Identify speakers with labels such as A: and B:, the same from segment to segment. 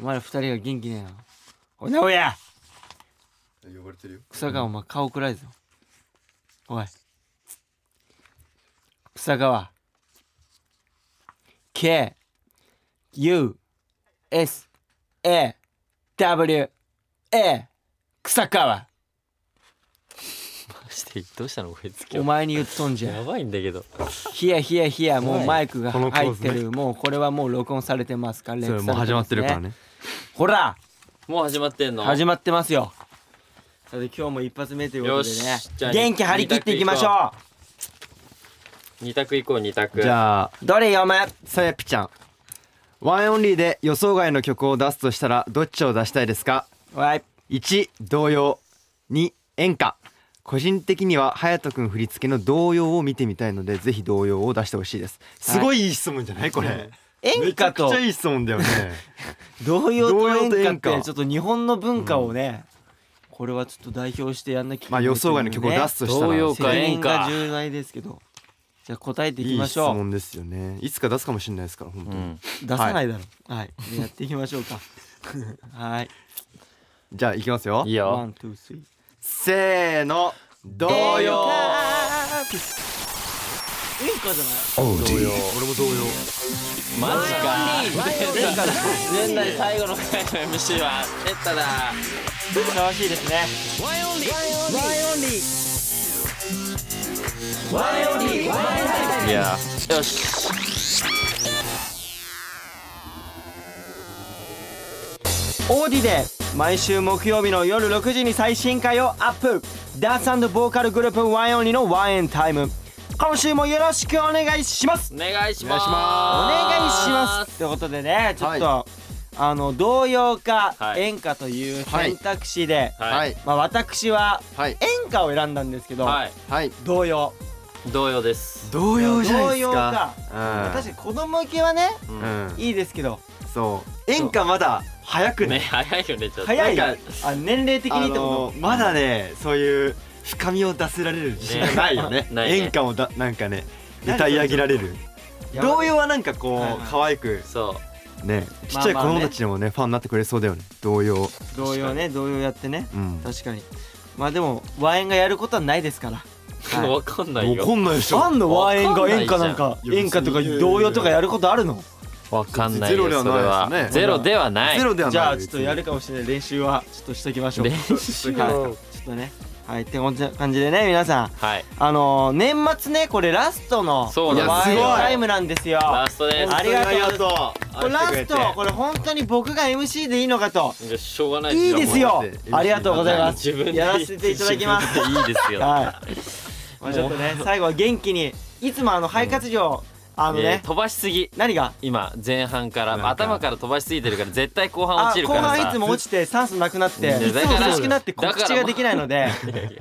A: お前ら二人が元気ねえなおい直哉
B: 呼ばれてるよ
A: 草川お前顔暗いぞおい草川 K U S A W A 草川
C: マジでどうしたのこいつ
A: お
C: 今
A: 前に言っとんじ
C: 日
A: ゃん
C: やばいんだけど
A: ヒヤヒヤヒヤもうマイクが
B: この構
A: 入っ
B: 図
A: て
B: ね
A: るもうこれはもう録音されてますから
B: それもう始まってるからね
A: ほら
C: もう始まってんの
A: 始まってますよさて今日も一発目ということで
C: よしじ
A: ね
C: ゃあ
A: 元気張り切っていきましょ
C: 二択行こう二択
B: じゃあ
A: うどれ読む
B: さやぴちゃんワンオンリーで予想外の曲を出すとしたらどっちを出したいですか
A: おい
B: 1童謡2演歌個人的には隼人君振り付けの童謡を見てみたいのでぜひ童謡を出してほしいですすごいいい質問じゃないこれ
A: 演
B: めちゃ
A: 歌
B: くち
A: と
B: ゃいい質問だよね
A: 童謡と演
B: 童謡と演
A: 歌
B: 歌
A: ってちょっと日本の文化をね、これはちょっと代表してやんなきゃいけ
B: ま
A: な
B: あ
A: い
B: 予想外の曲を出すとしたら
C: 童謡
A: と
C: と
A: い
C: か
A: うね責任が
C: 演歌
A: 重大ですけどじゃあ答えてい
B: い
A: き
B: い
A: ま
B: 質
A: しょう
B: 問ですよねいつか出すかもしれないですから本当
C: う
B: に、
C: ん
A: 出さないだろうはい、でやっていきましょうか はい
B: じゃあいきますよ
C: いい
A: ワ
C: よ
A: ンツースリー
B: せーの童
A: 童謡
B: 謡
A: 演歌じゃない
B: 俺も童謡
C: マジか年内最後の回の MC はテッタだ
A: ふさわしいですね
C: いやよし
A: オーディで毎週木曜日の夜6時に最新回をアップダンスボーカルグループワンオンリーのワンエンタイム今週もよろしくお願いします
C: お願いします
B: お
A: お願いしますすということでねちょっと、
B: は
A: あの童謡か
C: はい
A: 演歌という選択肢で、
B: は
C: はい
B: い
A: まあ、私は
B: はい
A: 演歌を選んだんですけど、
C: はい
B: はい
A: 童謡
C: 同様です
B: 童謡じゃないです
A: 童謡
B: か
A: か確かに子供向けはね
C: う
B: うんん、うん、
A: いいですけど
B: そう演歌まだ早く
C: ね
B: ね
C: 早いよねちょっと
A: 早い
C: なん
A: あ
C: か
A: 年齢的にってこ
B: あのまだねそういう深みを出せられる自信がないよね
C: ねないね
B: 演歌をだなんかね
A: 何
B: 歌い上げられる
A: と
B: 童謡はなんかこう、
A: はいはい
B: 可愛く
C: そう
B: ねちっちゃい子供たちにもね,、ファンになってくれそうだよね童謡
A: 童謡ね童謡やってね
B: うん
A: 確かにまあでも和円がやることはないですからはい
C: わかんないよ
B: 怒んないでしょ
A: あんの和円
C: わ
A: が
C: かんな
A: 演
C: いじゃ
A: 歌
C: ん
A: なんか
B: いや
A: 演歌とか
B: 別に
A: 童謡とかやることあるの
C: わかんない
B: ゼロで
C: よ
B: は
C: それは
B: ないですね
C: ゼロではない
B: ゼロではない
A: じゃあちょっとやるかもしれない練習はちょっとしときましょう
C: 練
A: はい
C: 習
A: ちょっとねはいってこんな感じでね皆さん
C: はい
A: あのー年末ねこれラストの
C: そう
B: なんです
A: ワイン
B: すごい
A: タイムなんですよ
C: ラストです
A: ありがとう
B: ありが
A: これラストこれ本当に僕が MC でいいのかと
C: じゃあしょうがない
A: いいですよ
B: もうだって MC
A: ありがとうございます
C: 自分で
A: やらせていただきます
C: 自分でいいですよ
A: はい。まあちょっとね、最後は元気に、いつもあの肺活量、あの
C: えー
A: ね、
C: 飛ばしすぎ
A: 何が。
C: 今前半から
B: なんか
C: 頭から飛ばしすぎてるから絶対後半
A: あ
C: 落ちる
A: 後
C: からさ
A: 半いつも落ちて酸素なくなって
C: いや
A: いつ
C: だ
A: も
C: から
A: 苦しくなって告知ができない ので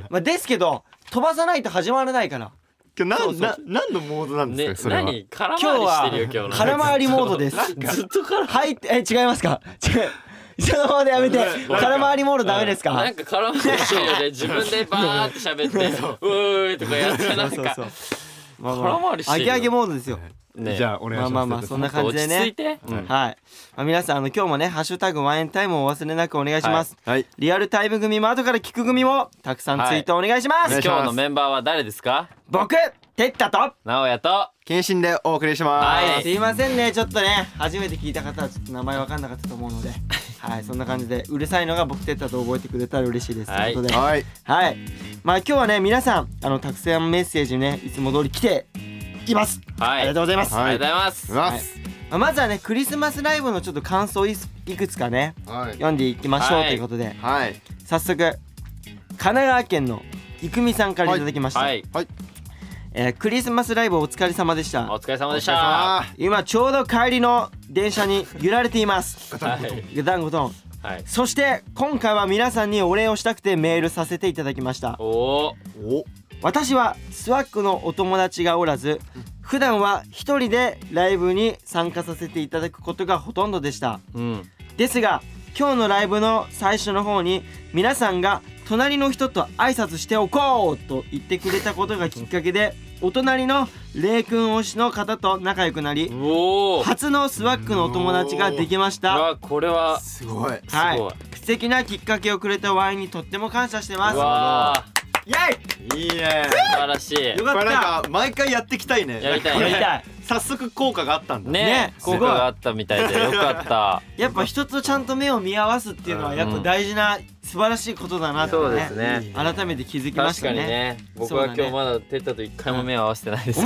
A: まあですけど飛ばさないと始まらないから
B: 今日
A: そうそう
B: なな何のモードなんで
C: ね
B: すか、それは
C: 何空回り
A: 今日
C: し
A: は
C: てるよ今日の
A: 空回りモードです
C: ずっと空回
A: はいえ違いますか違うそのままでやめて
B: ごめん
A: 空回りモードダメです
C: な
A: か
C: んか空回りしてるよね自分でバーって喋って「うーい」とかやってなん
A: そうそう
C: か
A: そうまあまあ
C: 空回りして
A: 上
C: る
A: げ上げモードですよ
C: ね
B: じゃあお願いします
A: まあまあまあそんな感じでね
C: 落ち着いて
B: うん
A: はいまあ皆さんあの今日もねハッシュタグワンエンタイムをお忘れなくお願いします
B: はい
A: リアルタイム組も後から聞く組もたくさんツイートお願いします、
C: 今
B: はい
C: 日のメンバーは誰ですか
A: 僕てったと
C: 直哉と
B: 検診でお送りします、
C: はい
A: すいませんねちょっとね初めて聞いた方はちょっと名前わかんなかったと思うの ではいそんな感じでうるさいのが僕てったと覚えてくれたら嬉しいです、
C: はい
A: ということで
B: はい
A: はいまあ今日はね皆さんあのたくさんメッセージねいつも通り来ています、
C: はい
A: ありがとうございます、
B: は
C: ありがとうございます
B: は
A: まあまずはねクリスマスライブのちょっと感想をいすいくつかね
B: はい
A: 読んでいきましょう
C: はい
A: ということで
B: はい
A: 早速神奈川県のいくみさんからいただきました、
C: はい
B: はい
A: えークリスマスライブお疲れ様でし
C: お
A: た
C: 疲れ様でし
B: お
C: た
B: 疲
A: 今ちょうど帰りの電車に揺られています
C: はい
A: ガタンゴトン
C: はい
A: そして今回は皆さんにお礼をしたくてメールさせていただきました
C: おお
B: れ様お
A: 私はスワックのお友達がおらず普段は一人でライブに参加させていただくことがほとんどでした
C: うん
A: ですが今日のライブの最初の方に皆さんが隣の人と挨拶しておこうと言ってくれたことがきっかけでお隣のレイくん推しの方と仲良くなり
C: おお
A: 初のスワックのお友達ができました
C: わこれは
B: すごい
A: はい
C: すごい
A: 素敵なきっかけをくれたワインにとっても感謝してま
C: う
A: す
C: わあ
A: イェ
B: いいね
C: 素晴らしい
A: イよ
B: こ
A: か
B: れ
A: っ
B: なんか毎回やっていきたいね
C: やりたい
A: たやりたい
B: 早速効果があったんだ
C: ね
A: ねすごい
C: 効果があったみたいでよかった
A: やっぱ人とちゃんと目を見合わすっていうのはやっぱ大事な素晴らしいことだなとね
C: ね
A: 改めて気づきました
C: 確かに
A: ね
C: ね僕
A: そう
C: は
A: だね
C: 今日まだテッタと一回も目を合わせてないです
A: お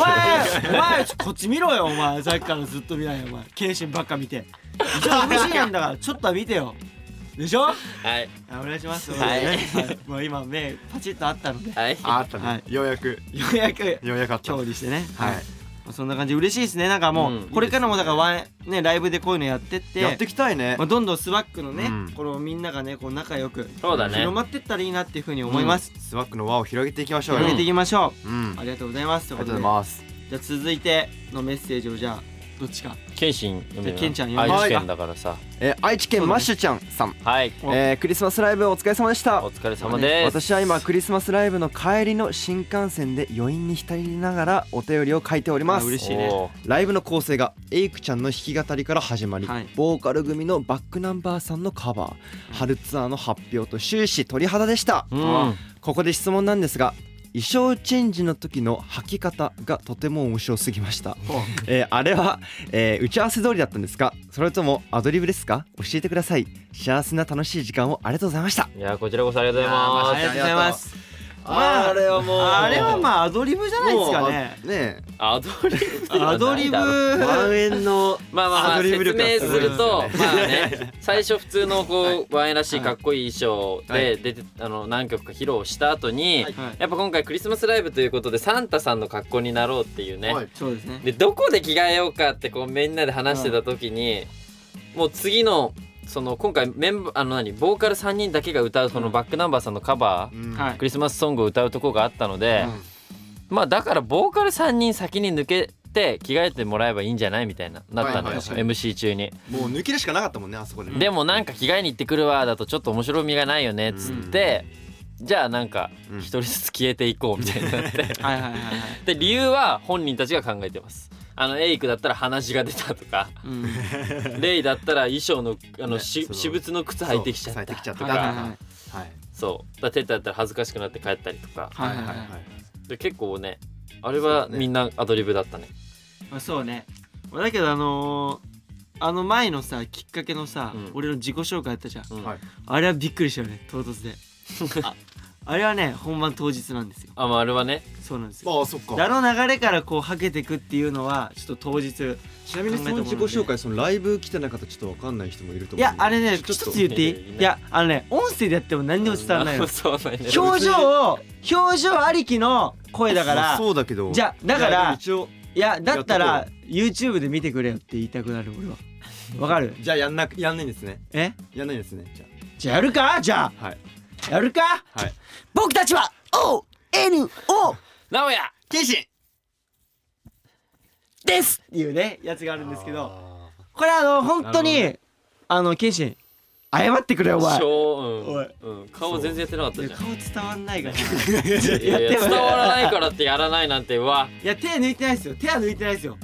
C: けど
A: 前お前ちょこっち見ろよお前さっきからずっと見ないよお前謙信ばっか見て一応 MC なんだからちょっとは見てよでしょあ
C: はい
A: お願いします
C: はい
A: いもう今目パチッとあったのでよ
C: はい
B: ああったね、
A: はい
B: ようやく
A: うやく
B: ようやくあった
A: 調理してね
B: はい、
A: まあそんな感じ嬉しいですねなんかもう、
C: うん
A: これからもだからワンねライブでこういうのやってって
B: やっていきたいね、
A: まあ、どんどんスワックのね、
B: うん
A: このみんながねこう仲良く
C: そうだね
A: 広まってったらいいなっていうふうに思います、
B: スワックの輪を広げていきましょうよ
A: 広げていきましょ
B: うん、
A: う、
B: あ
A: あ
B: り
A: りがとうございますという
B: が
A: ことと
B: うござ
A: で
B: います
A: じゃあ続いてのメッセージをじゃあどっちか
C: 謙信読め
A: ケンちゃん読
C: 愛
A: め
B: ば
C: 知県だからさ
B: えー愛知
A: そ
B: 県
A: うだね
B: マッシュちゃんさん、
C: はい
B: えークリスマスライブお疲れ様でした
C: お疲れ様です
B: 私は今クリスマスライブの帰りの新幹線で余韻に浸りながらお便りを書いております
A: あ嬉しいね
C: おー
B: ライブの構成がエイクちゃんの弾き語りから始まり、
A: はい
B: ボーカル組のバックナンバーさんのカバー春ツアーの発表と終始鳥肌でした、
C: うん
B: ここで質問なんですが衣装チェンジの時の履き方がとても面白すぎました、えーあれは、えー打ち合わせ通りだったんですかそれともアドリブですか教えてください幸せな楽しい時間をありがとうございました
C: いやこちらこそありがとうござい
A: あ
C: ま
A: り
C: す
A: がとうございますまあ
B: あれはもう
A: あれはまあアドリブじゃないですかね
B: もうね
C: アドリブ
A: アドリブ
B: 万円の
C: まあまあま
B: ア
C: あ
B: ドリ
C: 説
B: ブ力が
C: 明す
B: すごい
C: ると
B: ですよね
C: まあ ね最初普通のこうワインらしいかっこいい衣装
B: は
C: で出てあの何曲か披露した後に
A: はい、
C: やっぱ今回クリスマスライブということでサンタさんの格好になろうっていうね
B: はい
A: そうですね
C: でどこで着替えようかってこうみんなで話してた時にもう次のその今回メンバーあの何ボーカル3人だけが歌うそのバックナンバーさんのカバー、
B: うん
A: はい
C: クリスマスソングを歌うとこがあったので、まあだからボーカル3人先に抜けて着替えてもらえばいいんじゃないみたいななったのよ、
B: はいはいはい
C: MC 中に。
B: もう抜けるしかなかったもんねあそこでね
C: でもなんか着替えに行ってくるわだとちょっと面白みがないよねっつって、じゃあなんか
B: うん
C: 一人ずつ消えていこうみたいにな って
A: はいはいはいはい、
C: で理由は本人たちが考えてますあのエイクだったら鼻血が出たと か
A: うん、
C: レイだったら衣装のあの、
B: ね
C: し
B: そう
C: 私物の靴履いてきちゃった
B: そう履いてきちゃった
A: はい
B: と
A: はい
B: か
A: はい
B: はい
C: そうだテッタだったら恥ずかしくなって帰ったりとか
A: はいはいはい
B: い
C: で結構ねあれは
B: そうね
C: みんなアドリブだったね
A: まあそうねまあだけどあのー、あの前のさきっかけのさ、
C: うん
A: 俺の自己紹介やったじゃん
C: うん
B: はい
A: あれはびっくりしたよね唐 突でああれはね本番当日なんですよ
C: あまああれはね
A: そうなんですよ
B: まあそっか
A: であの流れからこうはけてくっていうのはちょっと当日
B: ちなみにその自己紹介そのライブ来てなかったちょっとわかんない人もいると思う
A: いやあれね
B: ちょ
A: 一
B: っと
A: つ言ってい
C: いやいやい
A: い
C: や
A: いやあのね音声でやっても何にも伝わらないの
C: そうなんだよ
A: 表情を表情ありきの声だか
B: まあ
A: ら
B: そうだけど
A: じゃあだか
B: いやでも
A: ら
B: 一応
A: いやだった
B: やっ
A: ら YouTube で見てくれよって言いたくなる俺はわかる
B: じゃあやんなくやんないんですね
A: え
B: やんないんですねじゃ
A: じゃあやるかじゃ
B: あはい
A: あやるか
B: はい
A: 僕たちは ONO
C: 名古屋
B: 謙信
A: ですっていうねやつがあるんですけどこれあの本当にあの謙信謝ってくれよお前
C: 超
A: おい
C: うん、うん、顔全然やってなかった
A: いや
C: じゃん
A: 顔伝わんないから
C: いやいや
A: やっても
C: 伝わらないからってやらないなんてうわ
A: いや手抜いてないですよ手は抜いてないですよ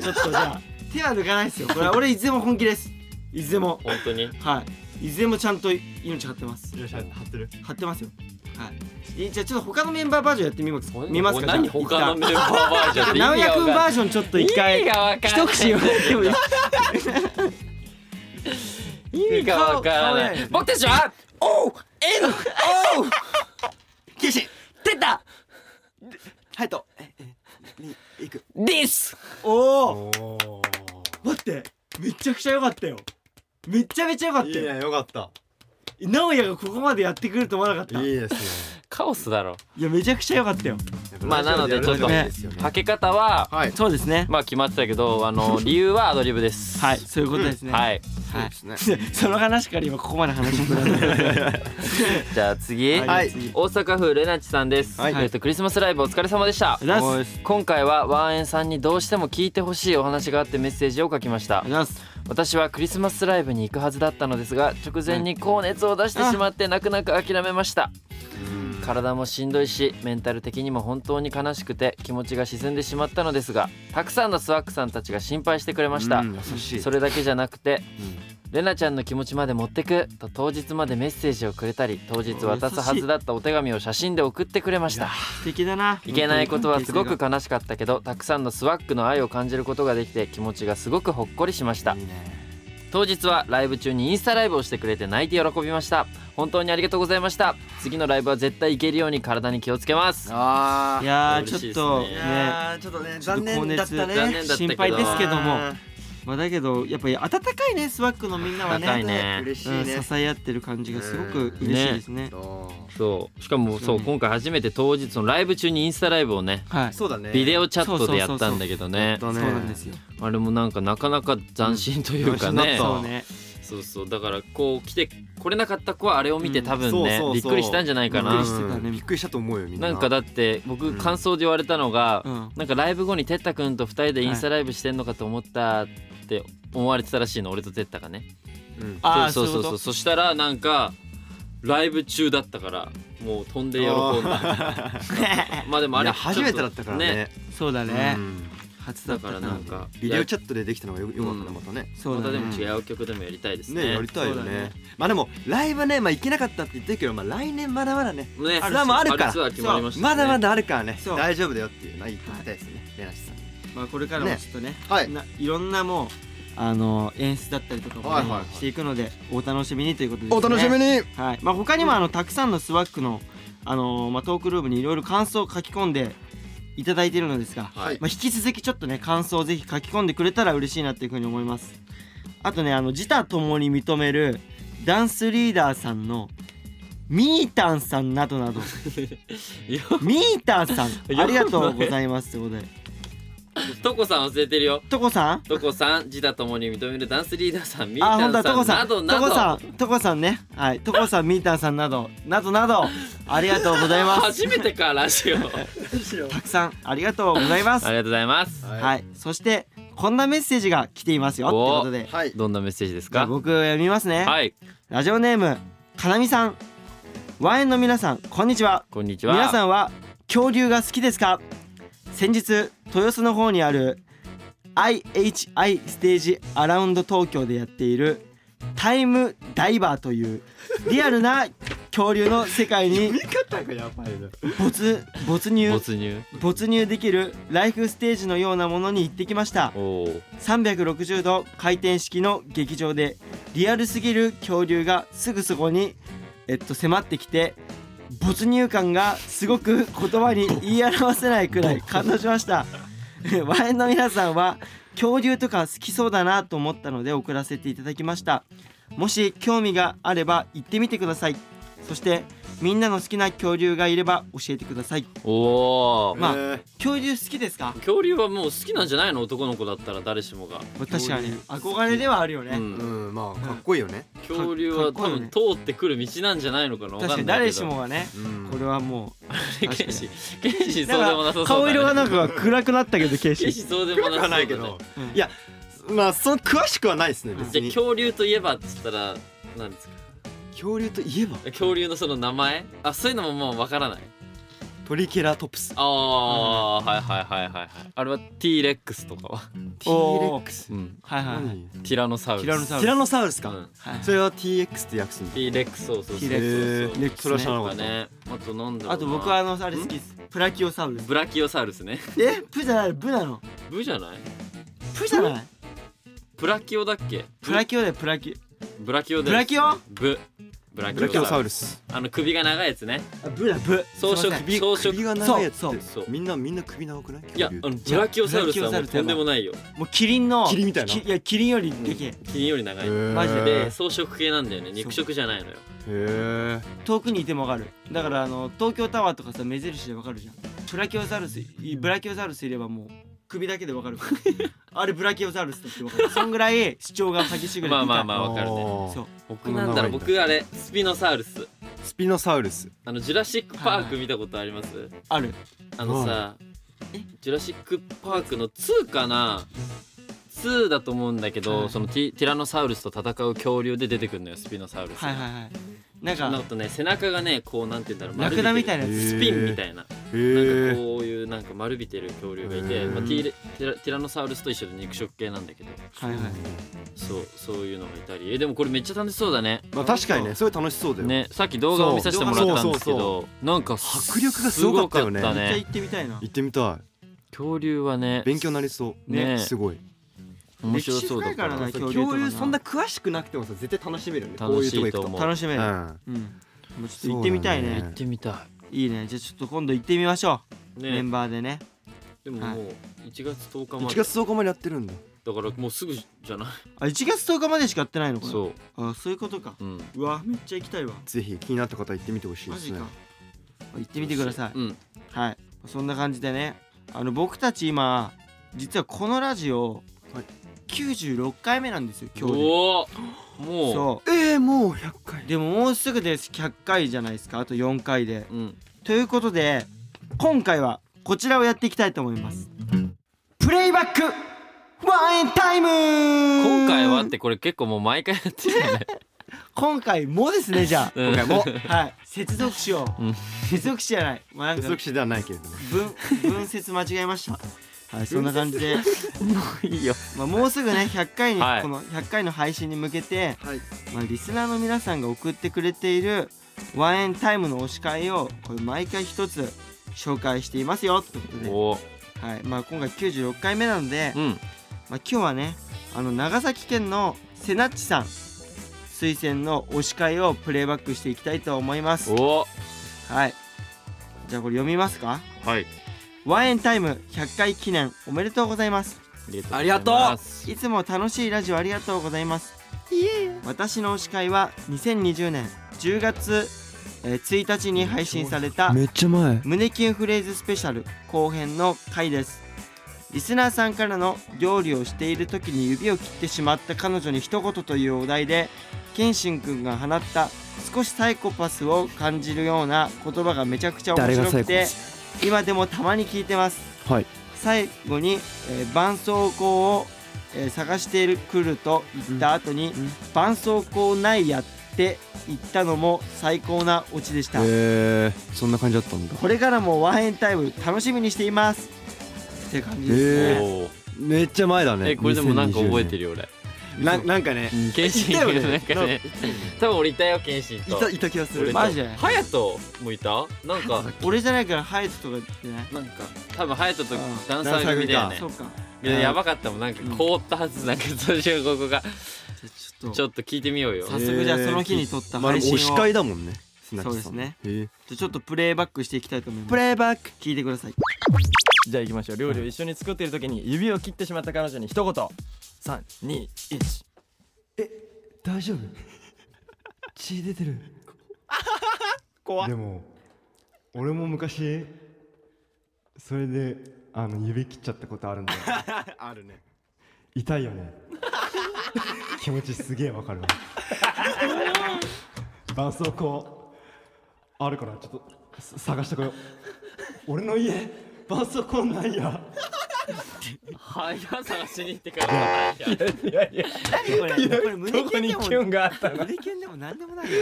A: ちょっとじ ゃあ手は抜かないですよこれは俺いつでも本気ですいつでも
C: 本当に
A: はいいつでもちゃんと命張ってます
B: よし張ってる
A: 張ってますよはいいじゃあちょっと他のメンバーバージョンやってみます見ますか
C: 何
A: じゃあ
C: 他のメンバーバージョンって
A: 一旦直哉くんバー
C: ジ
A: ジョンちょっと一回
C: 意味がわかんない
A: 一口言われてもいい
C: ョン意味がわからな
A: 顔
C: い
A: 顔
C: 僕たちは O N
B: 謙信
C: 出た
B: はいとええに行く
C: This
A: おお
B: おお
A: 待ってめちゃくちゃ良かったよめちゃめちゃ良かっ
B: い
A: た
B: い
A: よ
B: ねよかった
A: 直哉がここまでやってくれると思わなかった
B: い
A: い
B: いですね
C: カオスだろ
A: やめちゃくちゃ良かったよ
C: まあなのでちょっと
B: ねは
C: かけ方はい
A: そうですね
C: まあ決まってたけど あの理由はアドリブです
A: はいそういうことですね
C: はい
B: そうですね
A: その話から今ここまで話してくれた
C: じゃあ次
B: はい
A: 次
C: 大阪府レナチさんです
B: はい
C: えっとクリスマスライブお疲れ様でした
A: ありがとうござい
B: お
A: ま
B: い
A: す
C: 今回はワンエンさんにどうしても聞いてほしいお話があってメッセージを書きました
A: ありがとうございます
C: 私はクリスマスライブに行くはずだったのですが直前に高熱を出してしまって泣く泣く諦めました体もしんどいしメンタル的にも本当に悲しくて気持ちが沈んでしまったのですがたくさんのスワックさんたちが心配してくれました、
B: うん優しい
C: それだけじゃなくて、レナちゃんの気持ちまで持ってくと当日までメッセージをくれたり当日渡すはずだったお手紙を写真で送ってくれました
A: 素敵だない
C: けないことはすごく悲しかったけどたくさんのスワックの愛を感じることができて気持ちがすごくほっこりしました
A: いいね
C: 当日はライブ中にインスタライブをしてくれて泣いて喜びました本当にありがとうございました次のライブは絶対行けるように体に気をつけます
D: あ
A: いやー
C: 嬉しい
A: ちょ
C: で
A: っ
C: すね
A: と
C: い
A: ね
D: あ、ちょっとね
A: ちょっ
D: 残
A: と
D: 念だったね
A: 高
C: 残念だったけ
A: 心
C: ど
A: 配ですけども
D: あ
A: まあだけどやっぱり温かいねスワックのみんなは
D: ー
A: ね
C: 高いね
D: 嬉しい
A: うん、
D: ね
A: 支え合ってる感じがすごく嬉しいですね
D: そう
C: そうしかもそう今回初めて当日のライブ中にインスタライブをね
A: はい
D: そうだね
C: ビデオチャットでやったんだけどね
D: そう
A: そうなんですよ
C: あれもなんかなかなか斬新というかね、
A: そうね
C: そうそうだからこう来てこれなかった子はあれを見て多分ね、
D: うんそうそうそう
C: びっくりしたんじゃないか
A: びっ
C: な
A: くりしてたね
B: びっくりしたと思うよみんな
C: なんかだって
B: う
C: 僕
B: ん
C: 感想で言われたのが、
A: うん
C: なんかライブ後にてったくんと2人でインスタライブしてんのかと思ったって思われてたらしいの俺とてったがね
B: うん
A: ああ
C: そ
A: そうう
C: そ
A: そうう
C: そ
A: そ
C: うそうそしたらなんかライブ中だったからもう飛んで喜んだまあでもあ
B: い
C: れ
B: や初めてだったからね
A: そうだね、
B: うん
A: 初だ
C: だ
A: ったか
C: か
A: ら
C: らなんか
B: ビデオ
C: ャ
B: チャットでできたのがよよかったねまたね
A: そう
C: ま
A: だ
C: たで
A: ね
C: も違う曲でもやりたいですね
B: ねやりたいよ
A: そうだ
B: ね
A: ね
B: まあでもライブねまあ行けなかったって言ってるけどまあ来年まだまだね
C: ね
B: あれはもうあるから
C: ツアー決まりましたね
B: まだまだあるからね
A: そう
B: 大丈夫だよっていうのは言ってみたいですねレナシさんに
A: まあこれからもちょっとね
B: はい
A: ないろんなもうあの演出だったりとかもね、
B: はいはいはい
A: していくのでお楽しみにということです、ね、
B: に
A: はいまあ、他にもあのたくさんのスワックの、あのーまあ、トークルームにいろいろ感想を書き込んでいただいているのですが、
B: はい
A: まあ、引き続きちょっとね感想をぜひ書き込んでくれたら嬉しいなっていうふうに思いますあとねあの自他ともに認めるダンスリーダーさんのミータンさんなど など
C: よ
A: ミータンさん
C: やばい
A: ありがとうございますということで
C: トコさん忘れてるよ
A: トコさん
C: トコさん自他ともに認めるダンスリーダーさんミー
A: あ、
C: タ
A: 本当だ、
C: ン
A: トコ
C: さん
A: さ、
C: なん
A: ト
C: どなど
A: コさん、トコさんね、はい、トコさん、ミータンさんなど、などなど、ありがとうござい ます。
C: 初めてかラジオ ありが
A: たくさん、ありがとうございます。
C: とうございます
B: は
A: はい、そしてこんなメッセージが来ていますよってことで、
B: はい
C: どんなメッセージです
A: じゃあ
C: か
A: 僕読みますね、
C: はい
A: ラジオネームかなみさんワインの皆さんこんにちは
C: こんにちは
A: 皆さ
C: ん
A: んは恐竜が好きですか先日豊洲の方にある IHI ステージアラウンド東京でやっているタイムダイバーというリアルな恐竜の世界に
B: 見方がやばいな
A: 没没入
C: 没入
A: 没入できるライフステージのようなものに行ってきました
C: おー
A: 360度回転式の劇場でリアルすぎる恐竜がすぐそこに、えっと、迫ってきて没入感がすごく言葉に言い表せないくらい感動しました ワインの皆さんは恐竜とか好きそうだなと思ったので送らせていただきましたもし興味があれば行ってみてくださいそしてみんなの好きな恐竜がいれば教えてください
C: おー
A: まあ
B: えー
A: 恐竜好きですか
C: 恐竜はもう好きなんじゃないの男の子だったら誰しもが、
A: 確かに憧れではあるよね、
C: うん
B: うんまあかっこいいよね
C: 恐竜は
A: かっ
C: 多
A: こいいね
C: 分通ってくる道なんじゃないのかなわ
A: 確
C: か
A: かに
C: んない
A: 誰
C: けど
A: しもがね
B: うん
A: これはも
C: ケ
A: 確かに
C: ンシケンシ
A: う
C: そうでもなさそうだ、ね、
A: 顔色がなんか暗くなったけどケイシ
C: ケンシ
A: ー
C: そうでもなさそうだ、ね、
B: ないけど
A: うん
B: いやまあその詳しくはないですね
C: じ
B: 別
C: ゃあ
B: に
C: 恐竜といえばっつったら何ですか
B: 恐竜といえば
C: 恐竜のその名前あそういうのももうわからない
B: トリケラトプス
C: ああー、はいはいはいはいはいあれは T レックスとかは、
A: おー
B: T-Rex
C: うん、
A: はいはいはい
B: 何
C: ティラノサウルス
A: ティラノサウ
B: ティラノサウルス
C: う
B: か
C: ん
A: はい
B: それは TX って訳すんだ
C: T レックスそうそうそう
A: T
C: そう
A: Rex
C: そう
A: レックスね
B: それは知らな
C: と
B: か
C: か
B: った
C: ねあとなんだろうな
A: あと僕はあのあれ好きですプラキオサウルス
C: ブラキオサウルスね
A: えプじゃないブなの
C: ブじゃない
A: プじゃない
C: ブラキオだっけ
A: プラキオだよプラキ
C: ブブラキオです
A: ブラキオ
C: ブブラ
B: ブラキ
C: キ
B: オ
C: オ
B: サ
C: サ
B: ウ
C: ウル
B: ルス
C: スあの首が長いやつね
A: オあブだブ
C: 装飾
A: すいません
C: 装飾
B: 首が長いやつっ
A: そう
B: て
C: そう
B: みんなみんな首長くない
C: いやあ
B: 恐
C: の
B: 竜
C: ブラキオサウルスはも
A: ブラキオサウルスやば
C: うとんでもないよ
A: もうキリンの
B: キリンみたいな
A: きいやキリンよりでけえ
C: キリンより長い
B: へー
A: マジ
C: で草食系なんだよね肉食じゃないのよ
B: へえ
A: 遠くにいてもわかるだからあの東京タワーとかさ目印でわかるじゃんプラキオサウルスいブラキオサウルスいればもう首だけでわかるからあれブラキオサウルスだってわかるそんぐらい主張が激しいぐらい
C: まあまあ
A: あ
C: まあわかるね
A: そう
C: 僕なんだろう僕あれスピノサウルス
B: スピノサウルス
C: あのジュラシック・パーク見たことあります、
A: ある
C: あのさ、ジュラシック・パークの2かな2だと思うんだけど、
A: はい
C: そのティティラノサウルスと戦う恐竜で出てくるのよスピノサウルスが、
A: はいはいはいなん
C: そんなこ
A: か
C: とね背中がねこうなんて言うんだろう
A: ラクダみたいなや
C: 丸
A: つ
C: びてるスピンみたいななん
B: へ
C: か
B: え
C: こういうなんか丸びてる恐竜がいて、
B: へー
C: まあ、ティレティラティラノサウルスと一緒で肉食系なんだけど
A: はいはい
C: そうそういうのがいたりえでもこれめっちゃ楽しそうだね
B: まあ確かにねすごい楽しそうだよ
C: ねさっき動画を見させてもらったんですけどなんか
B: 迫力がすごかったよね
C: すごかっ
A: めっちゃ行ってみたいな
B: 行ってみた
C: 恐竜はね
B: い勉強になりそう
C: ね
B: すごい
C: 面白そうだ
A: 歴史深いからな
B: そう
A: 恐竜とかな
B: 恐竜そんな詳しくなくてもさ絶対楽しめるよねこう
C: 楽
B: いうと
C: し
B: こ
C: い
B: 行
C: と
B: くと
C: 思う
A: 楽しめ
B: う
A: る
B: ん
A: うんもうちょっと行ってみたい
B: そうだ
A: ね
B: ね
C: 行ってみた
A: いいねじゃあちょっと今度行ってみましょ
C: いう
A: メン
C: ね
A: バーでね
C: でももう1月10日ま
B: 1
C: で
B: 月10日までやってるんだ
C: だからもうすぐじゃない
A: あ1月10日までしかやってないのこれ
C: そ
A: あそういうことか
C: ううん
A: うわめっちゃ行きたいわ
B: ぜひ気になった方行ってみてほしい
A: マ
B: です
A: ジ
B: ね
A: か行ってみてください
C: うん
A: はいそんな感じでねあの僕たち今実はこのラジオ
B: はい
A: 96回目なんですよ今日で
C: おおも
A: そ
B: えーもう100回
A: うでももうすぐで100回じゃないですかあと4回で
C: ううん
A: ということで今回はこちらをやっていきたいと思いますプレイバックワンエンタイム
C: 今回はってこれ結構もう毎回やってるよね
A: 今回もですねじゃあ
C: うん
B: 今回も
A: はい接続詞を
C: うん
A: 接続詞じゃないまあなん
B: 接
A: か
B: 続詞ではないけれども
A: 分分節間違えましたはいそんな感じで
B: いいよ
A: まあ、もうすぐね100回に、
C: はい
A: この100回の配信に向けて、
B: はい
A: まあ、リスナーの皆さんが送ってくれているワンエンタイムの推し会をこれ毎回一つ紹介していますよということで、
C: おお
A: はいまあ、今回96回目なので、
C: うん
A: まあ、今日はねあの長崎県のセナッチさん推薦の推し会をプレイバックしていきたいと思います。
C: おお
A: はいじゃあこれ読みますか
C: はい
A: ワンエンタイム100回記念おめでとうございます
C: ありがとうございます
A: いつも楽しいラジオありがとうございます。私の推し会は2020年10月、えー1日に配信された
B: めっちゃ前
A: 胸キュンフレーズスペシャル後編の回です。リスナーさんからの料理をしている時に指を切ってしまった彼女に一言というお題で、ケンシンくんが放った少しサイコパスを感じるような言葉がめちゃくちゃ面白くて、今でもたまに聞いてます。
B: はい
A: 最後に、えー絆創膏を、えー探してくると言った後に、
B: ん
A: 絆創膏ないやって言ったのも最高なオチでした、
B: えーそんな感じだったんだ
A: これからもワンエンタイム楽しみにしていますって感じですね、
C: おお
B: めっちゃ前だね
C: えこれでもなんか覚えて
B: る
C: るよ俺
B: ななんかね
C: 謙信
B: いたよね
C: なんかね 多分俺いたよ謙信
B: い
C: と
B: たいた気がす
C: 俺
B: る
C: と
A: マジで
C: 隼人もいたなんか
A: 俺じゃないからハイズとかってね
C: なんか多分隼人と
A: うん
C: ダンサー組だよね
A: そうか
C: いややばかったもんなんか凍ったはずなんか途中ここが
A: じゃあちょっ
C: ち
A: と
C: ょっと聞いてみようよ
A: 早速じゃあその日に撮った配信を
B: 推し会だもんね
A: そうですね
B: へー
A: じゃあちょっとプレイバックしていきたいと思います
B: プレイバック
A: 聞いてください
D: じゃあ行きましょう料理を一緒に作っている時に指を切ってしまった彼女に一言321
B: 大丈夫血出 てる
D: 怖
E: でも俺も昔それであの指切っちゃったことあるんだよ
B: あるね
E: 痛いよね気持ちすげえわかるわ絆創膏あるからちょっとさ探してこよう俺の家絆創膏ないや
C: はい探しに行ってから
D: いやいや
A: これこれ
D: ど
A: 胸
D: こ
A: キュン
D: に
A: で
D: キ
A: も
D: ュンがあったの
A: 胸キュンでも何でもないよ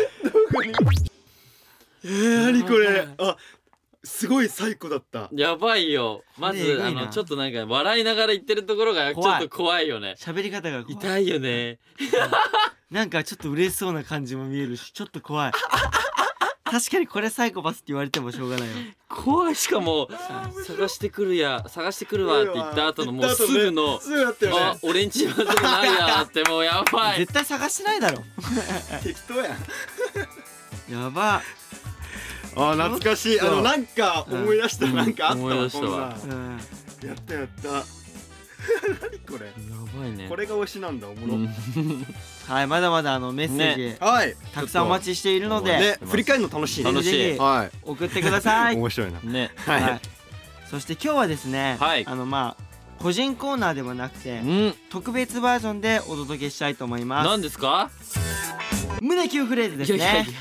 B: なにこれあすごい最高だった
C: やばいよま
A: これえ
C: ず
A: ぐ
C: あ
A: いな
C: のちょっとなんか笑いながら言ってるところがちょ
A: 怖い
C: っと怖いよね
A: 喋り方が怖い
C: 痛いよね
A: なんかちょっと嬉しそうな感じも見えるしちょっと怖い確かにこれサイコパスって言われてもしょうがないよ
C: 怖いしかも探してくるや探してくるわって言った後のもうすぐの
B: すぐだった
C: あ
B: よ
C: 俺んちまでもないやってもうやばい
A: 絶対探してないだろ
B: ね適当やん
A: やば
B: あ懐かしいあのなんか思い出した
C: うん
B: なんかあった
C: 思い出したわ
B: こん
A: うん
B: なんやったやった 何こ
C: や
B: れ
C: ばいね
B: これが推しなんだお
C: う
B: もろ
C: ん
A: はいまだまだあのメッセージ、
B: はい
A: たくさんお待ちしているので、
B: ね振り返るの楽しいね
C: 楽しい
A: ぜひ
B: は
A: 送ってくださ
B: い
A: い、
B: 面白いな
C: ね
A: は
B: はい
A: い、そして今日はですね、
C: はい
A: あのまあ個人コーナーではなくて
C: うん
A: 特別バージョンでお届けしたいと思いま
C: 何ですか
A: す胸キュンフレーズです
C: いやいやい
A: ね
C: や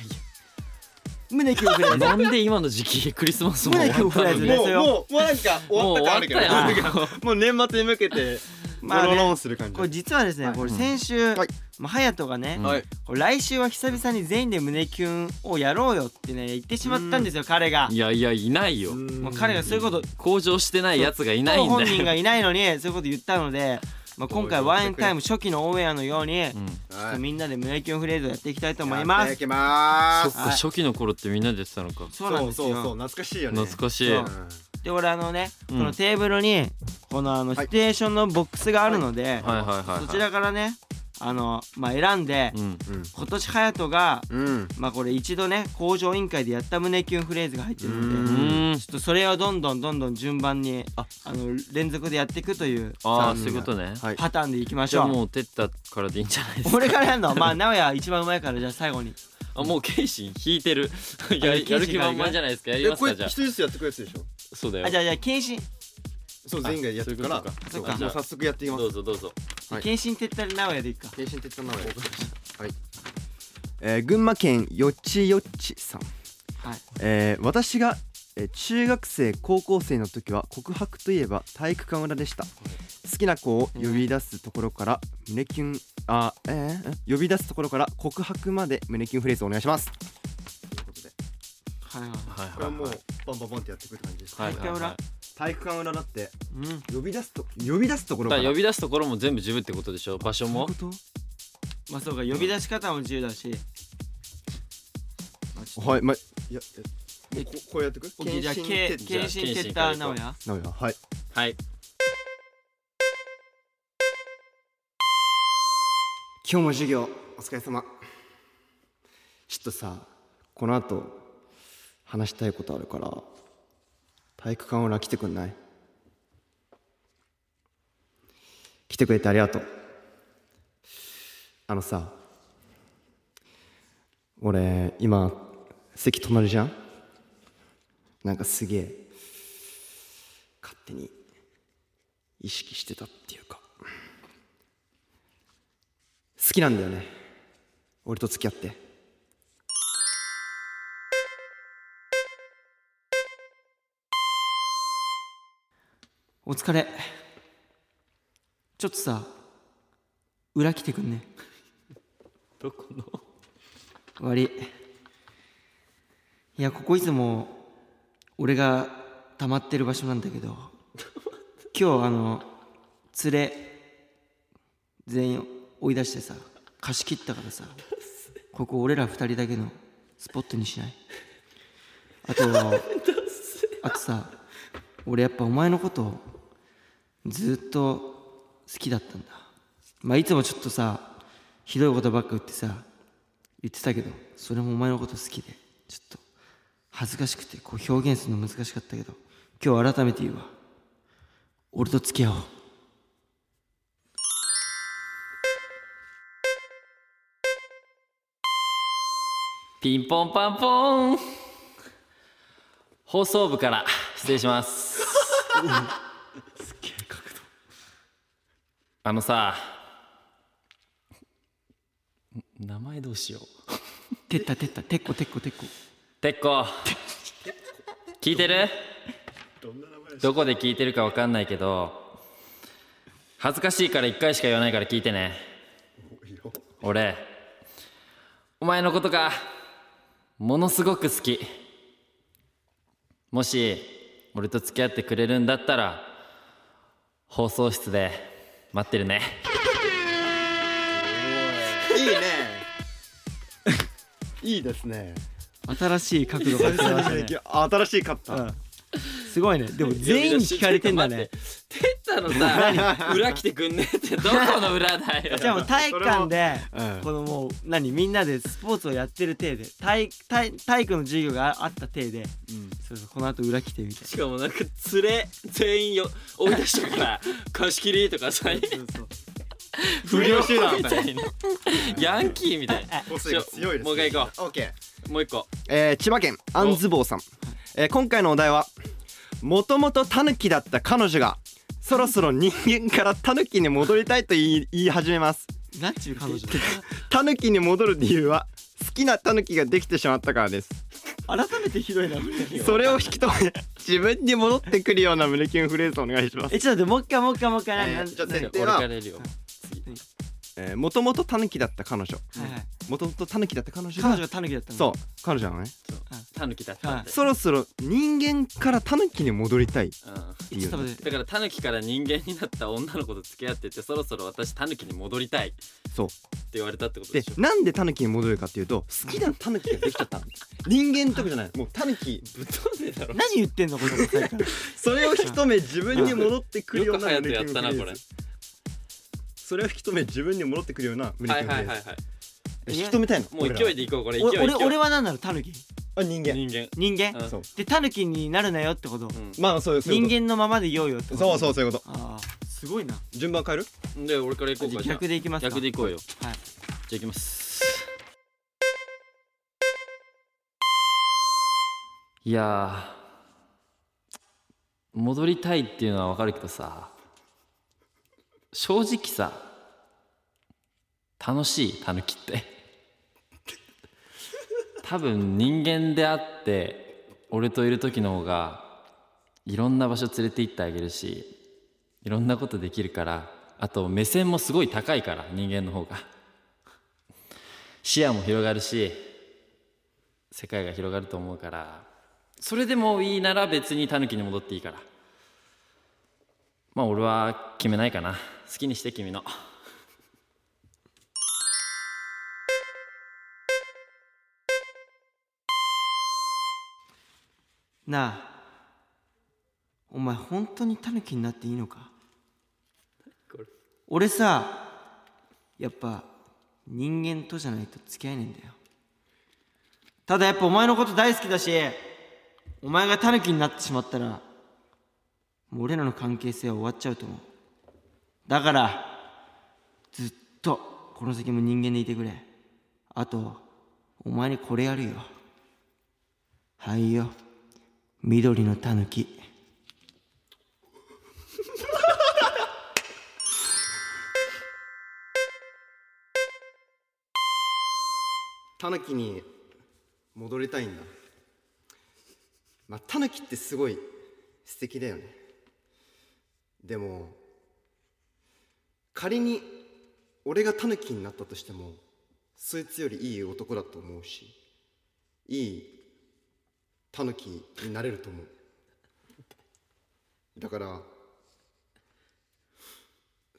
A: 胸キュンフレーズ
C: なんで今の時期クリスマスも終わったの
A: 胸キュンフレーズ
C: に
A: ね
B: もうもうもうなんか終わった感あるけ
C: もう終わった
B: どもう年末に向けて
A: まあね
B: ロロンする感じ
A: これ実はですね、これ先週、
B: はい
A: まあ、隼人がね、
B: はい
A: これ来週は久々に全員で胸キュンをやろうよってね言ってしまったんですよ彼 が
C: い。やいやいないよ
A: もう彼がそういうこと
C: 向上してないやつがいないん
A: 本
C: だ
A: 人が
C: よ
A: いないのにそういうこと言ったので、まあ、今回ワインタイム初期のオンエアのように、ちょ
C: うん
A: っ
F: は
A: と
F: い
A: みんなで胸キュンフレーズをやっていきたいと思い
F: や
A: ま
F: ってい
A: す。
F: きまー
C: そっ
F: す
C: か
A: はい
C: 初期の頃ってみんなでやってたのか
A: そうなんですよ。
B: そうそう懐かしいよね
C: 懐かしい
A: そうで俺あのね、
C: うん
A: このテーブルにこのあの
F: はい
A: ステーションのボックスがあるので、
C: はいはいはいはい
A: そちらからねあの、まあ、選んで、
C: うん
A: 今年隼人が、
F: うんうん
A: まあ、これ一度ね工場委員会でやった胸キュンフレーズが入ってるので、
C: う
A: ちょ
C: ーん
A: っとそれをどんどんどんどん順番にあの連続でやっていくという
C: ああそういうことね
F: はい
A: パターンでいきまし
C: じゃ
A: ょ
C: あ
A: う。
C: もうてったからでいいんじゃないですか
A: 俺からやんのまあ直哉は一番うまいからじゃあ最後に
C: あもうケイシン引いてるい や
A: あれケイシンが
C: やる気満々じゃないですかやり
F: え
C: ます
F: これ一
C: かじゃあ
F: 人ずつやってくやつでしょ
C: そうだよ
A: あじゃあじゃあ謹慎
F: そう全員がやってるから
C: そういうことか
F: そう
A: そうか
F: もう早速やっていきます
C: どうぞどうぞ
F: はい
A: 謹慎って言ったら直哉でいくか
F: 精神的なのよ
B: えー群馬県よちよちさん、
A: はい
B: えー私がえー中学生高校生の時は告白といえば体育館裏でした好きな子を呼び出すところから胸キュンあえーえ呼び出すところから告白まで胸キュンフレーズお願いします
A: はいはい
C: はい
F: これはもうバンバンバンってやってくる感じです
C: はいはいはい
B: 体育館裏だって
A: うん
B: 呼び出すと呼び出すところ
C: だ
B: か
C: からら呼び出すところも全部自分ってことでしょ場所も
A: まあそうか呼び出し方も自由だし
B: はいま
F: いやいやもうここうやってく
A: オッケーじゃあ
F: 献身
A: け
F: 徹
A: 謹慎って言ったら直哉
B: なんやはい
C: はい
B: 今日も授業お疲れ様ちょっとさこの後話したいことあるから体育館裏来てくんない来てくれてありがとうあのさ俺今席隣じゃんなんかすげえ勝手に意識してたっていうか好きなんだよね俺と付き合って
A: お疲れちょっとさ裏来てくんね
C: どこの
A: 悪いいやここいつも俺が溜まってる場所なんだけど今日あの連れ全員追い出してさ貸し切ったからさここ俺ら二人だけのスポットにしないあとはあとさ俺やっぱお前のことずっと好きだったんだまあいつもちょっとさひどいことばっか言ってさ言ってたけどそれもお前のこと好きでちょっと恥ずかしくてこう表現するの難しかったけど今日改めて言うわ俺と付き合おう
C: ピンポンパンポン放送部から失礼しますあのさ名前どうしよう
A: てったてったてっこてっこてっこ
C: てっこ聞いてるどこで聞いてるかわかんないけど恥ずかしいから一回しか言わないから聞いてね俺お前のことがものすごく好きもし俺と付き合ってくれるんだったら放送室で待ってるね
F: いいね いいですね
A: 新しい角度が出ましたね
B: 新しいかった、
A: すごいねでも全員に聞かれてん だね
C: てったのさ裏来てくんねってどこの裏だよ
A: じゃあもう体育館で
F: うん
A: このもう何みんなでスポーツをやってる体で体体体育の授業があった体で、そうそうこの後裏来てみたいな
C: しかもなんか連れ全員よ追い出したから貸し切りとかさ 不良集団みたいなヤンキーみたいな
F: 個性が強いですね
C: もう一回行こ
F: オッケ
C: うもう一個
B: えー千葉県あんずぼうさん、えー今回のお題はもともとタヌキだった彼女がそろそろ人間からタヌキに戻りたいと言い言い始めます
A: なんちゅう彼女
B: タヌキに戻る理由は好きなタヌキができてしまったからです
A: 改めてひどいなこれ
B: それを引き止め自分に戻ってくるような胸キュンフレーズお願いします
A: えちょっと待ってもう一回もう一回もう一回
F: えー
A: なん
F: じゃあ
A: なん
F: 設定
C: 俺
F: は
C: からやるよ
B: もともとタヌキだった彼女
A: はいはい
B: もともとタヌキだった彼女
A: 彼
B: が
A: 女がタヌキだったの
B: そう彼女なのね
C: タヌキだったんで、
B: そろそろ人間からタヌキに戻りたい
C: うん
A: えちょっと待って
C: だからタヌキから人間になった女の子と付き合っててそろそろ私タヌキに戻りたいって
B: そう
C: 言われたってこと
B: で
C: でしょ
B: なんでタヌキに戻るかっていうと好きなタヌキができちゃ ったの人間とかじゃないもうタヌキ
C: ぶっ飛んでたろ
A: 何言ってんのこの子さっきから
B: それを引き止め自分に戻ってくるよ
C: よ
B: う
C: く
B: な
C: ハヤト
B: 胸 キ
C: や
B: ュ
C: っ
B: ンフ
C: た
B: レ
C: なこれ
B: ーズそれを引き止め自分に戻ってくるような胸キ
C: は
B: ュン
C: い
B: フ
C: は
B: レー
C: いはい
B: ズ
C: はい
B: 引き止めたいの
C: もう勢いでいこうこれ勢い
A: お
C: 勢い
A: 俺俺は何なのタヌキ
B: 俺らはあ人間
C: 人間
A: 人間
C: うん
B: そう
A: でタヌキになるなよってこと
C: うん
B: まあそういうそういう
A: 人
B: こと
A: 間のままでいようよってこと
B: そうそうそういうこと
A: あーすごいな
B: 順番変える
C: で俺から行こうかじゃあ
A: 逆でいきますか
C: 逆で行こうよ
A: はい
C: じゃあ行きますいやー戻りたいっていうのはわかるけどさ正直さ楽しいタヌキって多分人間であって俺といる時の方がいろんな場所連れて行ってあげるしいろんなことできるからあと目線もすごい高いから人間の方が視野も広がるし世界が広がると思うからそれでもいいなら別にタヌキに戻っていいからまあ俺は決めないかな好きにして君の
A: なあお前本当にタヌキになっていいのか
C: これ
A: 俺さやっぱ人間とじゃないと付き合えねえんだよただやっぱお前のこと大好きだしお前がタヌキになってしまったらもう俺らの関係性は終わっちゃうと思うだからずっとこの先も人間でいてくれあとお前にこれやるよはいよ緑のタヌキ
F: タヌキに戻りたいんだまあタヌキってすごい素敵だよねでも仮に俺がタヌキになったとしてもそいつよりいい男だと思うしいいタヌキになれると思うだから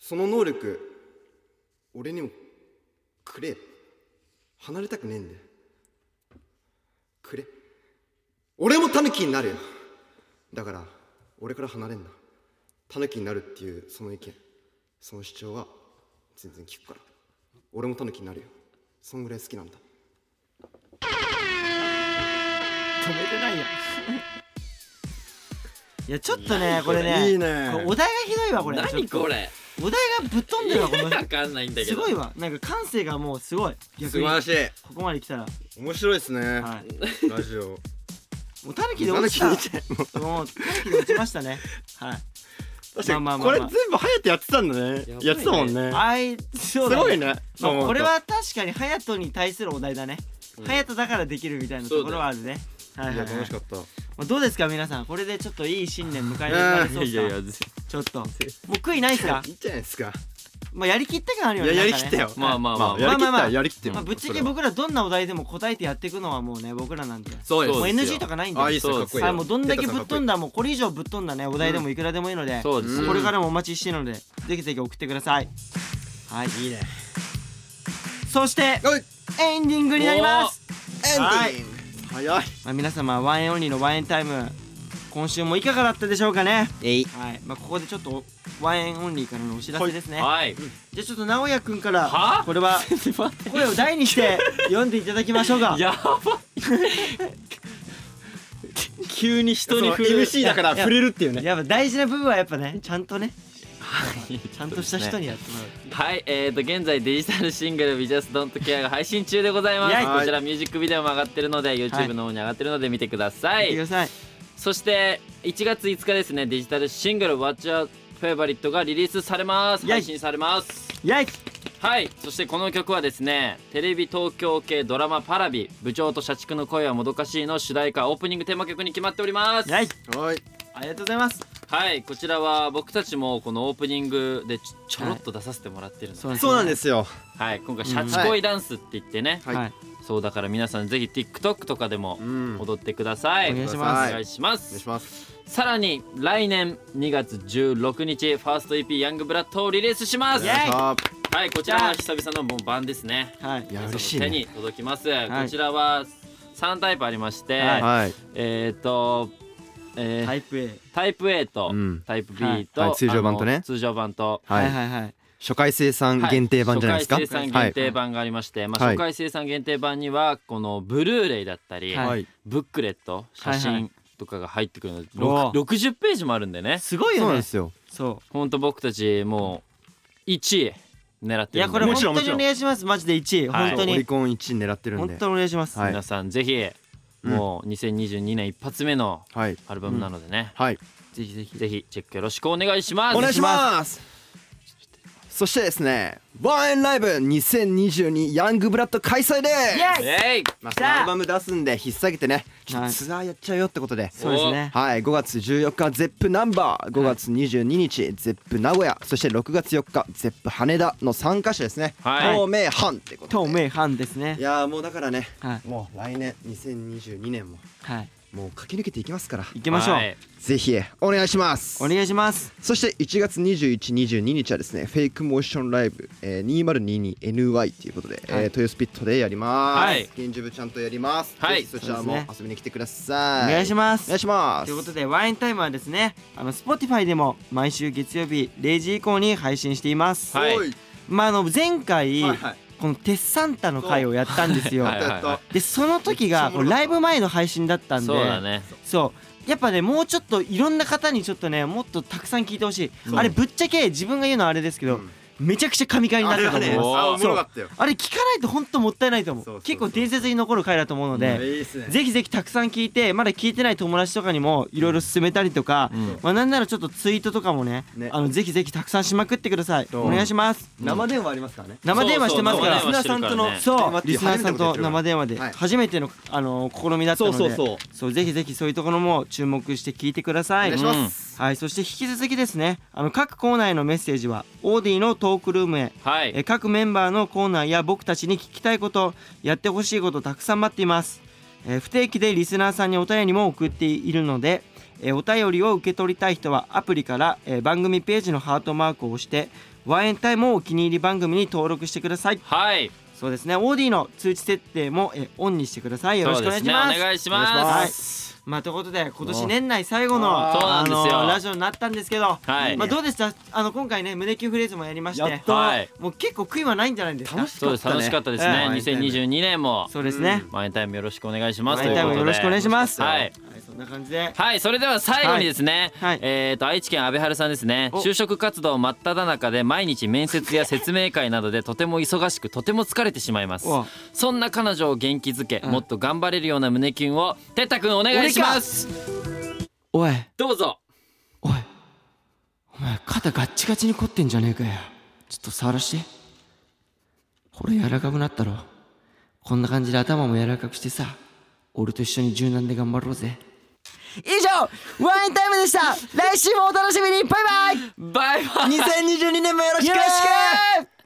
F: その能力俺にもくれ離れたくねえんだよくれ俺もタヌキになるよだから俺から離れんなタヌキになるっていうその意見その主張は全然聞くから俺もタヌキになるよそんぐらい好きなんだ
A: 止めてないやんいやちょっとねこれね
F: いいね
A: これお題がひどいわこれちょっ
C: 何
A: と
C: これ
A: お題がぶっ飛んでるわこの
C: わかんないんだけ
A: す
C: ど
A: ごいわなんか感性がもうすごい逆にこ
F: しい
A: こまで来たら
F: 面白いですね
A: は
F: ラジオ
A: もうタヌキで落ちた
F: タヌ
A: もうタヌキで落ちましたねはい
B: 確かに
A: まあま
B: こ
A: あま
B: れ
A: あまあ
B: 全部ハヤトやってたんだね
C: やばいね
B: やってたもんね
A: あいそう
B: す
A: だ
B: ごいね
A: まあ
B: そう思うと
A: これは確かに隼人に対するお題だね隼人だからできるみたいなところはあるねはいはいい
F: や
A: はい
F: 楽しかった
A: まあどうですか皆さんこれでちょっといい新年迎えられそうですかちょっともう悔いないですか
F: いいんじゃないですか
A: まあやりきった感あるよ
B: い
A: ね
B: ややり
A: な
B: き
A: んか
B: っ
A: ね
B: たよ
C: まあまあまあ
B: やりきっ
A: まあまあま
B: た
A: あ
B: よやりきってよ
A: まあ、ぶっちゃけ僕らどんなお題でも答えてやっていくのはもうね僕らなんで
C: そうです
A: もう
C: そうですよ
A: NG とかないんで
F: あいいっすよ
C: そう
F: か
C: で
F: っ
C: す
F: こいい
A: はいもうどんだけぶっ飛ん
F: だ
A: だもうこれ以上ぶっ飛んだねお題でもいくらでもいいので、
C: そうです
A: これからもお待ちしているのでぜひぜひ送ってくださいはいいいねそして
F: はい
A: エンディングになります
F: エンディング早い
A: まあ、皆様ワンエンオンリーのワンエンタイム今週もいかがだったでしょうかね
B: えい
A: はい、まあ、ここでちょっとワンエンオンリーからのお知らせですね
C: はい
A: じゃあちょっと直哉くんから
C: は
A: これ は声を大にして読んでいただきましょうか
C: やば
B: 急に人
A: に
B: に
A: 触れる
B: MC だから触れるっていうね
A: やっぱ大事な部分はやっぱねちゃんとね
C: い
A: ちゃんとした人にやってもらう
C: はい、えー、と現在デジタルシングル「We Just Don't Care」が配信中でございま
A: イェ
C: す
A: イ
C: こちらミュージックビデオも上がってるので YouTube の方に上がってるので見てくださ
A: 見て
C: い、
A: ください
C: そして1月5日ですねデジタルシングル「Watch Your Favorite」がリリースされます
A: イェイ
C: 配信されます
A: イェイ
C: はいそしてこの曲はですねテレビ東京系ドラマ「パラビ部長と社畜の恋はもどかしい」の主題歌オープニングテーマ曲に決まっております
A: はい
F: はい
A: ありがとうございます
C: はいこちらは僕たちもこのオープニングでちょちょろっと出させてもらってるので、はい
B: そうなんですよ
C: 今回「シャチ恋ダンス」って言ってね、
F: はい
A: はい
C: そうだから皆さんぜひ TikTok とかでも
F: うん
C: 踊ってください、
A: お願いし
F: ま
C: お
F: す
C: 願いしま
F: お願い
C: す
F: します
C: さらに来年2月16日ファースト EP「ヤングブラッドをリリースします
A: イエイ
F: あ
C: はいこちらは久々のもう版ですね
A: はい
F: いや嬉しい
C: 手
F: ね
C: に届きます、
A: い
C: こちらは3タイプありまして、
A: はい
B: はい
C: えっ、と、えー
A: タイプ A
C: タイプ A と、
B: うん
C: タイプ
A: は
C: B
A: い
C: と、
B: はい通常版とね
C: あの通常版と、
A: は
B: はいい
A: はいはい
B: 初回生産限定版じゃないですか
C: は初回生産限定版がありまして、まあ、
B: はい
C: 初回生産限定版にはこのブルーレイだったり、
A: はい
C: ブックレット写
A: はいは
C: 真とかが入ってくるので、
A: おー
C: ろく60ページもあるんでね
A: すごい
B: そう
A: よ
B: なん
A: ね
B: ですよ
A: そ
C: ほんと僕たちもう1位狙っ
A: うい
C: てるんで
A: やこれ本
B: もちろ
A: 当
B: ん
A: にお願いしますマジで1位
C: は
A: 本
C: い
B: そ
A: 当
B: うオリ
A: に
B: コン1位狙ってるん
A: 本
B: で
A: 当にお願いします
B: はい
C: 皆さんぜひ
B: うん
C: もう2022年一発目の
B: はい
C: アルバムなのでね、
B: はい
C: ぜひぜひぜひチェックよろしくお願いします
B: お願いしますそしてですねワンエンライブ2022ヤングブラッド開催で
A: イ
B: す
A: エイ
C: イエイ
B: まあ
A: 来た
B: アルバム出すんで引っ提げてねちょっ
A: はい
B: とツアーやっちゃうよってことで
A: そうですね
B: はい、5月14日、ゼップナンバー、5月22日、ゼップ名古屋、そして6月4日、ゼップ羽田の3カ所ですね。
C: はい
B: 透明版ってこと
A: 透
B: で。
A: 明版ですね
B: いやーもうだからね、
A: はい
B: もう来年2022年も
A: はい
B: もう駆け抜けていきますから、
A: 行きましょう
C: はい
B: ぜひお願いします。
A: お願いします
B: そして1月21、22日はですね、フェイクモーションライブ、えー、2022NY ということで、
A: はい
B: えー、豊スピットでやります。
C: はい
B: 現地部ちゃんとやります。
C: はい
B: ぜひそちらも
A: そうですね
B: 遊びに来てくだ
A: お
B: さい。
A: 願いし
B: す。
A: ま
B: お願
A: す
B: いします。
A: ということでワインタイムはですねあの Spotify でも毎週月曜日0時以降に配信しています、
C: はい
F: おい
A: まああの前回、
F: はいはい
A: このテッサンタの回をやったんですよ、
C: はい
F: やった
A: でその時が
F: めっちゃおもろ
A: こう
F: かった
A: ライブ前の配信だったんで
C: そうだね
A: そうやっぱねもうちょっといろんな方にちょっとねもっとたくさん聞いてほしいあれぶっちゃけ自分が言うのはあれですけ
F: う
A: ど、
F: ん
A: めちゃくちゃ神回にな
F: あ
A: って
F: れ
A: た
F: は
A: と
F: ね
A: 思います
F: あおも
A: そ
F: ろ
A: う
F: かったよ
A: あれ聞かないと本当もったいないと思う
F: そうそうそう
A: 結構伝説に残る回だと思うので、
F: いいっすね
A: ぜひぜひたくさん聞いてまだ聞いてない友達とかにもいろいろ勧めたりとか、まあなんならちょっとツイートとかもね
B: ね
A: あのぜひぜひたくさんしまくってくださいお願いします
B: 生電話ありますからね。
A: 生電話してますから
C: そうそう生電話してるからね
A: そう
B: 電話ってい
A: リ
B: う
A: スナーさんと生電話で
B: はい
A: 初めての、あの試みだったので
B: そうそうそう
A: ぜひぜひそういうところも注目して聞いてください
F: お願いします
A: はい、そして引き続きですねあの各コーナーへのメッセージはオーディのトークルームへ
C: は
A: えー
C: い
A: 各メンバーのコーナーや僕たちに聞きたいことやってほしいことたくさん待っています、えー不定期でリスナーさんにお便りも送っているので、えーお便りを受け取りたい人はアプリから、えー番組ページのハートマークを押してワンエンタイムをお気に入り番組に登録してください
C: はい
A: そうですねオーディの通知設定も、えーオンにしてくださいよろ
C: そ
A: しく
C: う
A: お
C: で
A: 願い
C: す
A: し
C: ねお
A: ます
C: 願いし
A: は
C: ま
A: い
C: す
A: まあということで今年年内最後の
C: そうなんですよ
A: あのラジオになったんですけど、
C: はい
A: まあどうでしたあの今回ね胸キュンフレーズもやりまして
B: やっ
C: はい
A: もう結構悔いはないんじゃないですか
C: そうです楽しかったです
A: は
C: ね
A: い
C: 2022年も
A: そうですね、
C: マインタイムよろしくお願いします
A: マインタイムよろしくお願いします
C: はい
A: はい、そんな感じで
C: はいそれでは最後にですね、
A: はいはい
C: えー、と愛知県阿部春さんですね
A: お
C: 就職活動真っ只中で毎日面接や説明会などでとても忙しくとても疲れてしまいます
A: お
C: そんな彼女を元気づけ、
A: うん
C: もっと頑張れるような胸キュンをてったくんお願いします
A: おい
C: どうぞ
A: おいお前肩ガッチガチに凝ってんじゃねえかよちょっと触らしてほら柔らかくなったろこんな感じで頭も柔らかくしてさ俺と一緒に柔軟で頑張ろうぜ以上ワインタイムでした 来週もお楽しみにバイバイ
C: バイバイ
B: 2022年もよろしく
A: よろしく